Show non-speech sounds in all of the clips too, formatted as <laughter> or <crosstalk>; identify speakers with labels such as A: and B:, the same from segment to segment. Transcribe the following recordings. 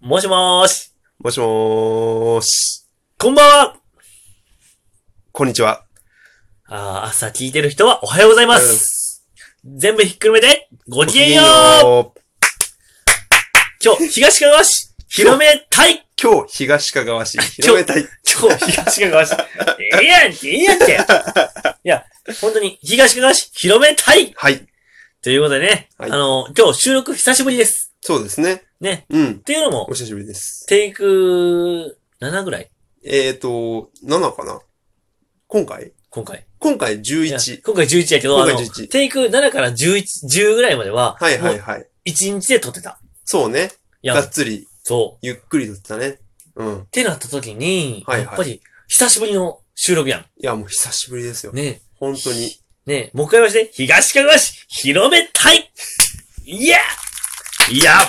A: もしもーし。
B: もしもーし。
A: こんばんは。
B: こんにちは。
A: あー朝聞いてる人はおはようございます。全部ひっくるめて、ごきげんよう。
B: ごき
A: 今日、東かがわ市、広めたい。
B: げんよう今日、東かがわ市、広めたい。
A: 今日、東かがわ市、ええやんけ、ええやん <laughs> け。いや、本当に、東かがわ市、広めたい。
B: はい。
A: ということでね、
B: はい
A: あの、今日収録久しぶりです。
B: そうですね。
A: ね。
B: うん
A: っ。ていうのも
B: お、久しぶりです。
A: テイク7ぐらい
B: えーと、7かな今回
A: 今回。
B: 今回
A: いや
B: 11。
A: 今回11やけど、
B: 今
A: あ
B: 回
A: の、
B: 11
A: テイク7から11、10ぐらいまでは、
B: はいはい
A: もう
B: はい。
A: 1日で撮ってた。
B: そうね。
A: い
B: が
A: や
B: っ、つり、
A: そう。
B: ゆっくりだったね。うん
A: っ。てなった時に、
B: はいはい
A: やっぱり、久しぶりの収録やん。
B: いや、もう久しぶりですよ。
A: ね
B: 本当に。
A: え、ねえ、もう一回言わして、東かがわ市、広めたいいやいや
B: あ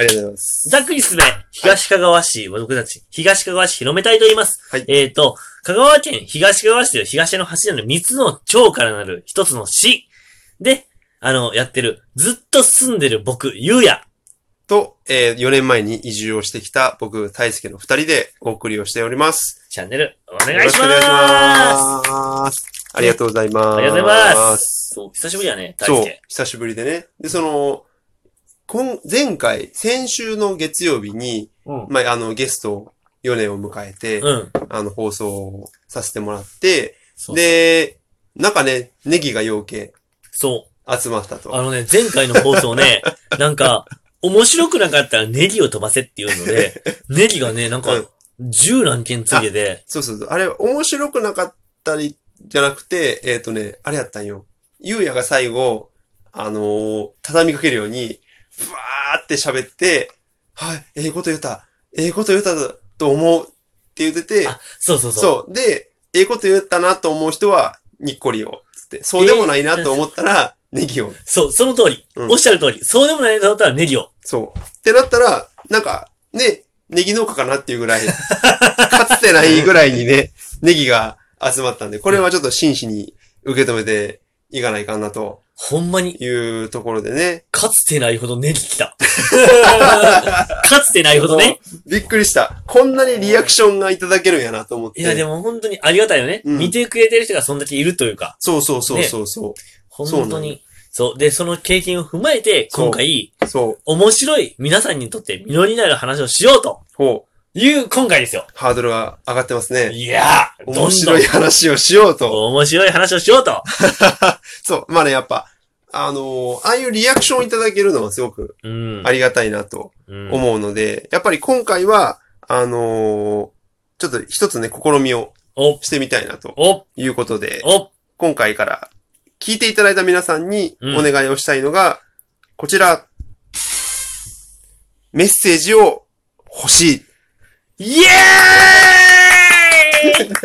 B: りがとうございます。
A: ざっくりすべ、東かがわ市、僕たち、東かがわ市広めたいと言います。
B: はい
A: えっ、と、香川県東かがわ市という東の端なる三つの町からなる一つの市で、あの、やってる、ずっと住んでる僕、ゆうや。
B: と、えー、4年前に移住をしてきた僕、大輔の2人でお送りをしております。
A: チャンネル、お
B: お
A: 願いします
B: ます。ありがとうございます。
A: ありがとうございます。そう、久しぶりやね、大
B: そう
A: 輔。、
B: 久しぶりでね。で、その、今、前回、先週の月曜日に、
A: うん。
B: まあ、あの、ゲスト、4年を迎えて、
A: うん。
B: あの、放送をさせてもらって、
A: そう
B: で、なんかね、ネギが養鶏
A: そう。
B: 集まった
A: あ
B: と。
A: のね、前回の放送
B: <laughs>
A: ね、なんか、面白くなかったらネギを飛ばせっていうの
B: <laughs>
A: で、ネギがね、なんか
B: うん、
A: 10何件ついてて、
B: そうそうそう。あれ、面白くなかったり、じゃなくて、えっ、とね、あれやったんよ。ゆうやが最後、あのー畳みかけるように、ふわーって喋って、はい、ええこと言った、ええこと言ったと思うって言ってて、
A: あ、そうそうそう。
B: そう。で、ええこと言ったなと思う人は、にっこりを。つって、そうでもないなと思ったら、ネギを。
A: そう、その通り。
B: うん
A: おっしゃる通り。そうでもないと思ったらネギを。
B: そう。ってなったら、なんか、ね、ネギ農家かなっていうぐら
A: <laughs>
B: い、かつてないぐらいにね、ネギが集まったんで、これはちょっと真摯に受け止めていかないかなと
A: ほんまに、
B: いうところでね。
A: かつてないほどネギ来
B: <laughs>
A: た。かつてないほどね。
B: びっくりした。こんなにリアクションがいただけるんやなと思って。
A: いや、で
B: も。
A: も本当にありがたいよね。
B: うん
A: 見てくれてる人がそんだけいるというか、
B: そうそうそうそうそう。そう
A: 本
B: な
A: 当
B: の
A: に。そう。で、その経験を踏まえて、
B: そう
A: 今回、
B: そう。
A: 面白い、皆さんにとって実りになる話をしようと
B: ほう。
A: いう今回ですよ。
B: ハードルが上がってますね。
A: いやー、どんどん
B: 面白い話をしようと。
A: 面白い話をしようと。
B: そう。まあね、やっぱ、あのーああいうリアクションいただけるのはすごく
A: うん。
B: ありがたいなと
A: うん
B: 思うので、やっぱり今回は、あのーちょっと一つね、試みを
A: お、
B: してみたいなと
A: お、
B: いうことで、
A: お、
B: 今回から聞いていただいた皆さんに
A: うん
B: お願いをしたいのが、こちら、メッセージを欲しい。
A: イエーイ <laughs>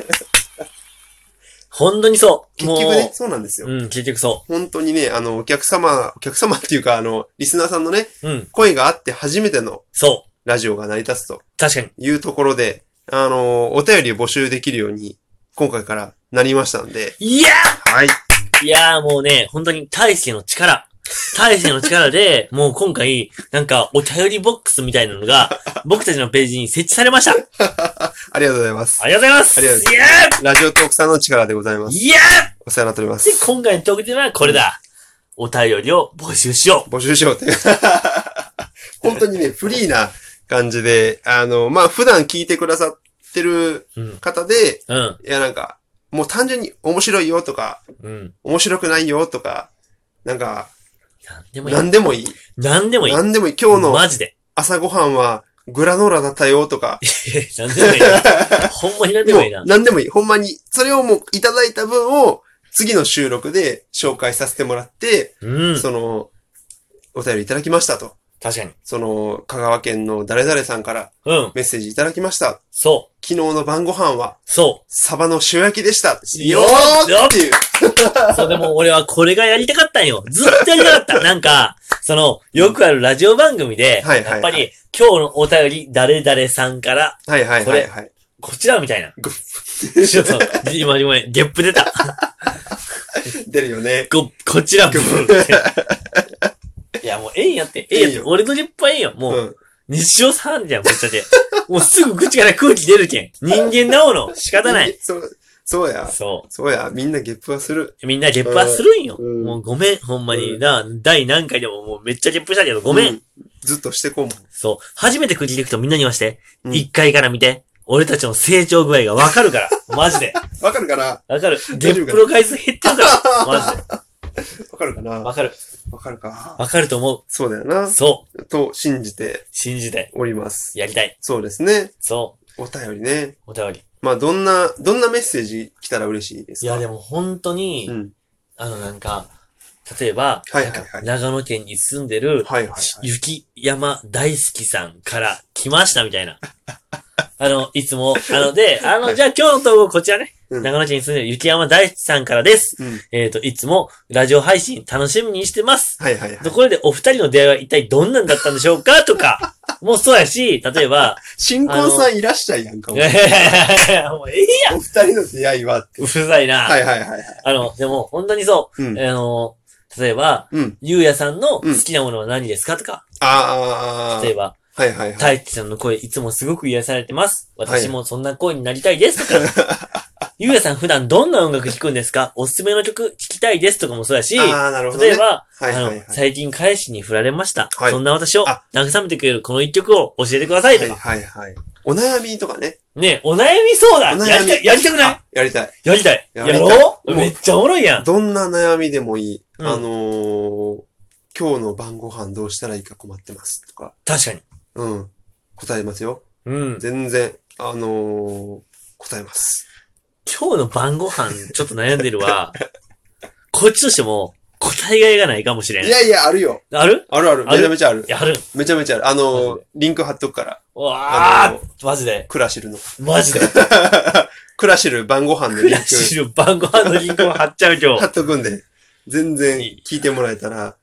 A: 本当にそう。
B: 結局ね、
A: も
B: そうなんですよ。
A: う、うん、結局そ
B: 本当にね、あの、お客様、お客様っていうか、あの、リスナーさんのね、
A: う。うん、
B: 声があって初めての
A: そ
B: ラジオが成り立つと
A: う。確かに。
B: いうところで、あのお便りを募集できるように、今回からなりましたんで、
A: いや
B: はい。
A: ーいやーもうね、本当に大勢の力。大勢の力で、 <laughs> もう今回、なんか、お便りボックスみたいなのが、 <laughs> 僕たちのページに設置されました。
B: ありがとうございます。
A: ありがとうございます。
B: ありがとうご
A: い
B: ラジオトークさんの力でございます。
A: イエーイイエ
B: お世話になっておりま。
A: ーイです今回の特典はこれだ。お便りを募集しよう。
B: 募集しようって。 <laughs> 本当にね、フリーな感じで、あの、まあ、普段聞いてくださってる
A: うん。
B: 方で、
A: うん。
B: いや、なんか、もう単純に面白いよとか、
A: うん。
B: 面白くないよとか、なんか、
A: なんでもいい。
B: 何でも
A: なんでも
B: いい。
A: いい。
B: 何でもいい。今日の
A: マジで。 <laughs>
B: 朝ごはんはグラノーラだったよとか、
A: なんでもいいな。ほんまになんでもいいな
B: う。 <laughs> 何でもいい。ほんまに。それをもういただいた分を次の収録で紹介させてもらって、
A: うん。
B: その、お便りいただきましたと。
A: 確かに。
B: その、香川県の誰々さんから
A: うん。
B: メッセージいただきました。
A: そう。
B: 昨日の晩ご飯は
A: そ
B: サバの塩焼きでした。
A: よー
B: ーっていう。
A: う。そう、でも俺はこれがやりたかったん <laughs> よ。ずっとやりたかった。なんか、その、よくあるラジオ番組で、
B: はいはいはい
A: やっぱり、今日のお便り、誰々さんから、
B: はいはいはいはい。
A: こちらみたいな。
B: ご
A: ちょっと、今、ごめん、ゲップ出た。
B: 出るよね。
A: こ、こちら。
B: ご
A: いや、もうええんやって。ええんやっ
B: いい
A: て。
B: よ
A: 俺のゲップはええんよ。もう、
B: うん。
A: 日常茶飯事じゃん、ぶっちゃけ。 <laughs> もうすぐ口から空気出るけん。人間なおの仕方ない。。
B: そう、そうや。
A: そ
B: そうや。みんなゲップはする。
A: う。みんなゲップはするんよ。
B: うん
A: もうごめん、ほんまに。
B: うん
A: な、第何回でももうめっちゃゲップしたけど、ごめん。
B: う。ずっとしてこうもん。
A: そう。初めて口で行くとみんなに言わして。
B: うん
A: 一、回から見て。俺たちの成長具合がわかるから。 <laughs> マジで。
B: わかるかな
A: わかる。ゲ
B: 大丈夫かな
A: ップの回数減ってる
B: <laughs>
A: から。マジで。
B: わかるかな
A: わかる。
B: わかるか。
A: わかると思
B: そうだよな
A: う。。そ
B: と信じて
A: う。信じて。
B: おります。
A: やりたい。
B: そうですね。
A: そ
B: お便りね。
A: う。お便り。
B: まあ、どんな、どんなメッセージ来たら嬉しいです
A: い
B: か
A: や、でも本当に、
B: うん。
A: あのなんか、例えば、
B: はいはいはい
A: 長野県に住んでる、
B: はいはいはい。
A: 雪山大好きさんから来ましたみたい
B: <laughs>
A: な。あの、いつも、あの、で、あ
B: は
A: の、
B: い
A: じゃあ今日の投稿こちらね。
B: うん
A: 長野県に住んでる雪山大好きさんからです。
B: うん。
A: えっ、と、いつもラジオ配信楽しみにしてます。
B: はいはいはい
A: と。ころでお二人の出会いは一体どんなんだったんでしょうかと
B: <laughs>
A: か、もうそうやし、例えば、
B: 新婚さんいらっしゃいやんか。
A: <laughs> も
B: お
A: う
B: 前
A: ええ
B: お二人の出会いは。
A: うるさいな。
B: はいはいはいはい。
A: あの、でも本当にそうう。
B: ん。
A: あの、例えば、
B: うん。
A: ゆうやさんの好きなものは何ですかとか、
B: あ
A: 例えば、
B: あ。はいはいはい。
A: 大輝さんの声いつもすごく癒されてます。私もそんな声になりたいですとか、
B: <laughs>
A: ゆうやさん普段どんな音楽聴くんですかおすすめの曲聴きたいですとかもそうやし、
B: ああ、なるほどね。
A: 例えば、
B: はいはいは
A: あの
B: い。
A: 最近彼氏に振られました。
B: はい
A: そんな私を
B: あ
A: 慰めてくれるこの一曲を教えてくださいとか。
B: はいはいはい。お悩みとかね。
A: ねお悩みそうだ
B: お悩み
A: やりたいやりたくない
B: あやりたい。
A: やりたい
B: や
A: や
B: りた
A: ろ
B: いもう
A: めっちゃおもろいやん。
B: どんな悩みでもいい。
A: うん
B: あのー、今日の晩ご飯どうしたらいいか困ってますとか。
A: 確かに。
B: うん。答えますよ。
A: うん。
B: 全然、あのー、答えます。
A: 今日の晩ご飯、ちょっと悩んでるわ。
B: <laughs>
A: こっちとしても、答えがいがないかもしれ
B: い
A: ん。
B: やいや、あるよ。
A: ある
B: あるある。
A: あ
B: め
A: る
B: ちゃめちゃある
A: い。やあるん。
B: めちゃめちゃある。あ
A: マ
B: の
A: ジ
B: ー、リンク貼っとくから。
A: うわ
B: あ
A: あ
B: のー、
A: マジで。
B: クラシルの。
A: マジで。
B: クラシル晩ご飯の
A: ク
B: リンク
A: ラシル晩ご飯のリンクも貼っちゃう今
B: 貼
A: 日。
B: っとくんで、全然
A: いい
B: 聞いてもらえたら、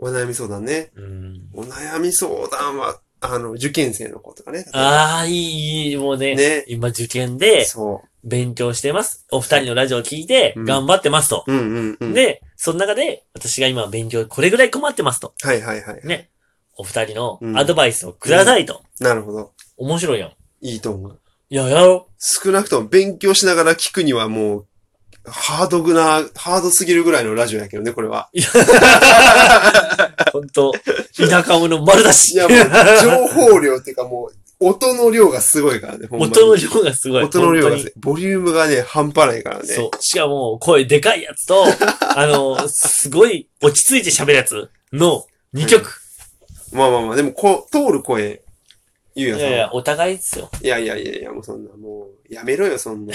B: お悩み相談ね。
A: うん。
B: お悩み相談は、あの、受験生の子とかね。
A: ああ、いいいい、もうね。
B: ね
A: 今受験で
B: そ
A: 勉強してます。お二人のラジオを聞いて
B: うん
A: 頑張ってますと。
B: う。うんうんうん。
A: で、その中で私が今勉強これぐらい困ってますと。
B: はいはいはい。
A: ね。お二人の
B: うん
A: アドバイスをくださいと。
B: なるほど。
A: 面白いやん。
B: いいと思う。
A: いや、やろ
B: 少なくとも勉強しながら聞くにはもう、ハードぐな、ハードすぎるぐらいのラジオやけどね、これは。
A: う。ほんと。田舎者丸出し。<laughs>
B: いやもう情報量っていうかもう、音の量がすごいからね、ほんまに
A: 音の量がすごい。
B: 音の量
A: 本当
B: が
A: に
B: すごい。ボリュームがね、半端ないからね。
A: そう。しかも、声でかいやつと、
B: <laughs>
A: あの、すごい落ち着いて喋るやつの2曲。
B: まあまあまあ、でもこう、通る声、ゆうや
A: い
B: さんは
A: やいや、お互いっすよ。 <laughs>
B: いやいやいやいや、もうそんな、もう、やめろよ、そんな。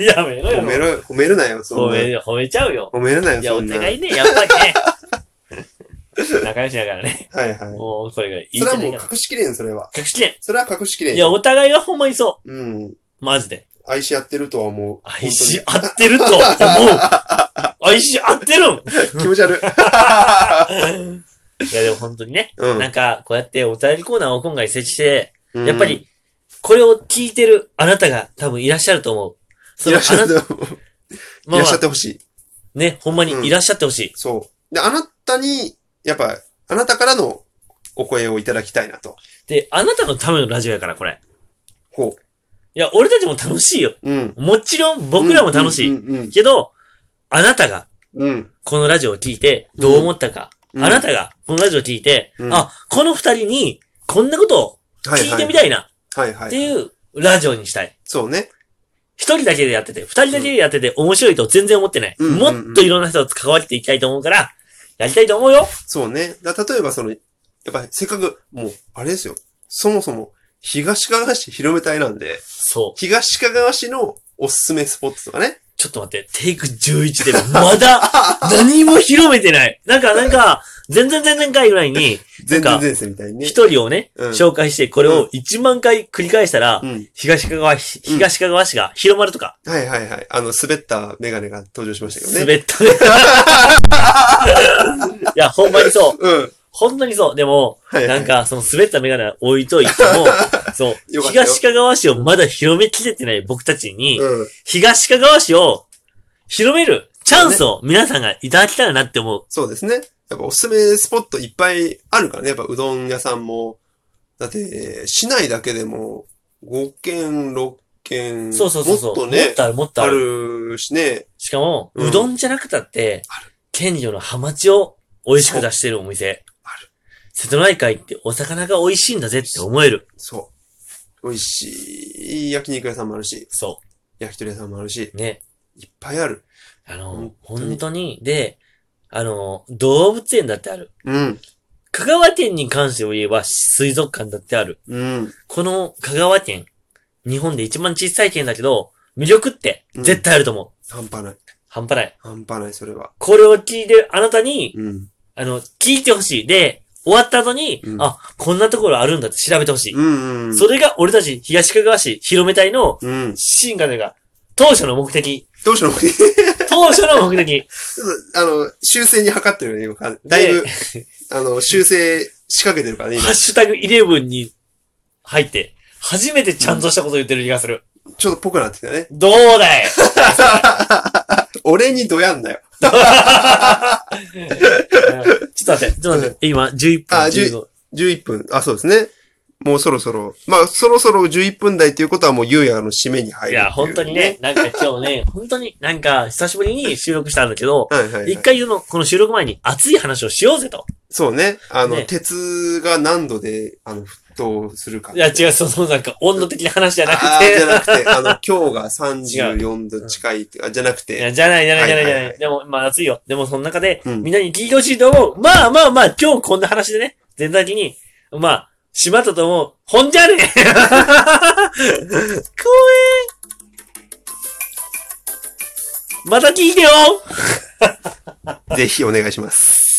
A: やめろ
B: 褒め
A: よ。
B: ろよ、褒めるなよ、そ
A: 褒
B: んな。
A: める、褒めちゃうよ。
B: 褒めるなよ、
A: いや、
B: そ
A: お
B: んな。
A: 互いね、やっぱりね。 <laughs> 仲良しだからね。
B: はいはい。
A: もう、これがいい
B: そ
A: じゃ
B: れは
A: な
B: も
A: いうかな。
B: 隠しきれん、それは。
A: 隠しきれ
B: それは隠しきれ
A: ん。
B: ん。
A: いや、お互いがほんまにそ
B: うん。
A: う。マジで。
B: 愛し合ってるとは思う。
A: 愛し合ってると
B: <laughs>
A: 思う。愛し合ってるん <laughs>
B: 本当に気持ち悪
A: い
B: い。
A: や、でも本当にね。
B: う
A: <laughs>
B: ん。
A: なんか、こうやってお便りコーナーを今回設置して、
B: うん
A: やっぱ、り、これを聞いてるあなたが多分いらっしゃると思う。そ
B: い
A: の
B: らっしゃ
A: あ
B: っ
A: な
B: て、 <laughs> い
A: まあま
B: らっしゃっ
A: あ、
B: てほしい。
A: ね、ほんま
B: うん
A: にいらっしゃってほしい。
B: そう。で、あなたに、やっぱ、あなたからのお声をいただきたいなと。
A: で、あなたのためのラジオやから、これ。
B: こ
A: いや、俺たちも楽しいよ。
B: う。うん。
A: もちろん僕らも楽しい。
B: うんうん
A: けど、あなたが
B: うん。うん。
A: このラジオを聞いてどう思ったか。
B: うん
A: あなたがこのラジオを聞いて、
B: うん
A: あ、この二人にこんなことを
B: は
A: 聞いてみ
B: い。
A: たいな
B: はいはい。
A: っていうラジオにしたい。
B: そうね。
A: 一人だけでやってて、二人だけでやってて面白いと全然思ってない。
B: うんうんうん
A: もっといろんな人と関わっていきたいと思うから、やりたいと思うよ。
B: そうね。だ例えばその、やっぱりせっかく、もう、あれですよ。そもそも、東かがわ市広め隊なんで、
A: そう。
B: 東かがわ市のおすすめスポットとかね。
A: ちょっと待って、テイク11でま
B: <laughs>
A: だ何も広めてない。なんか、なんか、全然全然回ぐらいに、
B: 全
A: なんか
B: 然前世みたいにね。
A: 一人をね、
B: うん
A: 紹介して、これを1万回繰り返したら、
B: うん。
A: 東かがわ、東かがわ市が広まるとか、
B: はいはいはい。あの、滑ったメガネが登場しましたけどね。
A: 滑
B: <laughs>
A: ったね。いや、ほんまにそう。
B: うん。
A: ほんとにそう。でも、
B: はい、は。
A: ないんか、その滑ったメガネは置いといて
B: <laughs>
A: も、そう、
B: よかったよ
A: 東かがわ市をまだ広めきれてない僕たちに、
B: うん。
A: 東かがわ市を広めるチャンスを皆さんがいただきたいなって思う。
B: そうですね。やっぱおすすめスポットいっぱいあるからね。やっぱうどん屋さんも、だって、市内だけでも5軒、6軒、
A: そうそうそうそう。
B: もっと
A: もっ
B: ね、
A: とある、もっとあ
B: あ
A: る。
B: るしね。
A: しかも、
B: うん
A: うどんじゃなくたって、県庁のハマチを美味しく出してるお店。
B: ある
A: 瀬戸内海ってお魚が美味しいんだぜって思える。
B: そう。美味しい焼肉屋さんもあるし、
A: そ
B: 焼き鳥屋さんもあるし、
A: う。ね。
B: いっぱいある。
A: あの、
B: 本
A: 本
B: 当
A: 当
B: に
A: にで、あの、動物園だってある。
B: うん。
A: 香川県に関してを言えば水族館だってある。
B: うん。
A: この香川県、日本で一番小さい県だけど、魅力って絶対あると思う。
B: 半端ない。
A: 半端ない。
B: 半端ない、それは。
A: これを聞いてるあなたに、
B: うん。
A: あの、聞いてほしい。で、終わった後に、
B: うん
A: あ、こんなところあるんだって調べてほしい。
B: うん、うん。
A: それが俺たち東かがわ市広め隊の
B: うん。
A: 新金が当初の目的。
B: どう <laughs> したの
A: 当初の目
B: <laughs>
A: 的。
B: ちょっとあの、修正に測ってるね、今から。だいぶ、あの、修正仕掛けてるからね、
A: ハッ
B: <laughs> 今。
A: シュタグイレブンに入って、初めてちゃんとしたこと言ってる気がする。
B: ちょっとぽくなってきたね。
A: どう
B: <laughs>
A: だい
B: 俺にどやんなよ。
A: ちょっと待って、ちょっと待って。今、11分
B: あ
A: 15
B: 11分。あ、そうですね。もうそろそろ。まあ、そろそろ11分台っていうことはもう、ゆうやの締めに入
A: い
B: る。
A: や、本当にね。、なんか今日ね、本当になんか久しぶりに収録したんだけど、
B: はいはい、はい
A: 一。回その、この収録前に熱い話をしようぜと。
B: そうね。あの、
A: ね
B: 鉄が何度で、あの、沸騰するか。
A: いや、違う、そのなんか温度的な話じゃなく
B: あーじゃ
A: て。
B: なくて、あの、今日が34度近いって、あ、じゃなく
A: い
B: て、
A: や、じゃない、じゃない、じゃない、じゃ
B: はい
A: な
B: はいはい
A: い。でも、まあ熱いよ。でも、その中で、
B: うん
A: みんなに聞いてほしいと思う。まあまあまあ、今日こんな話でね、全体的に、まあ、しまったと思う。ほんじゃ <laughs> ね怖えまた聞いてよ
B: ぜひお願いします。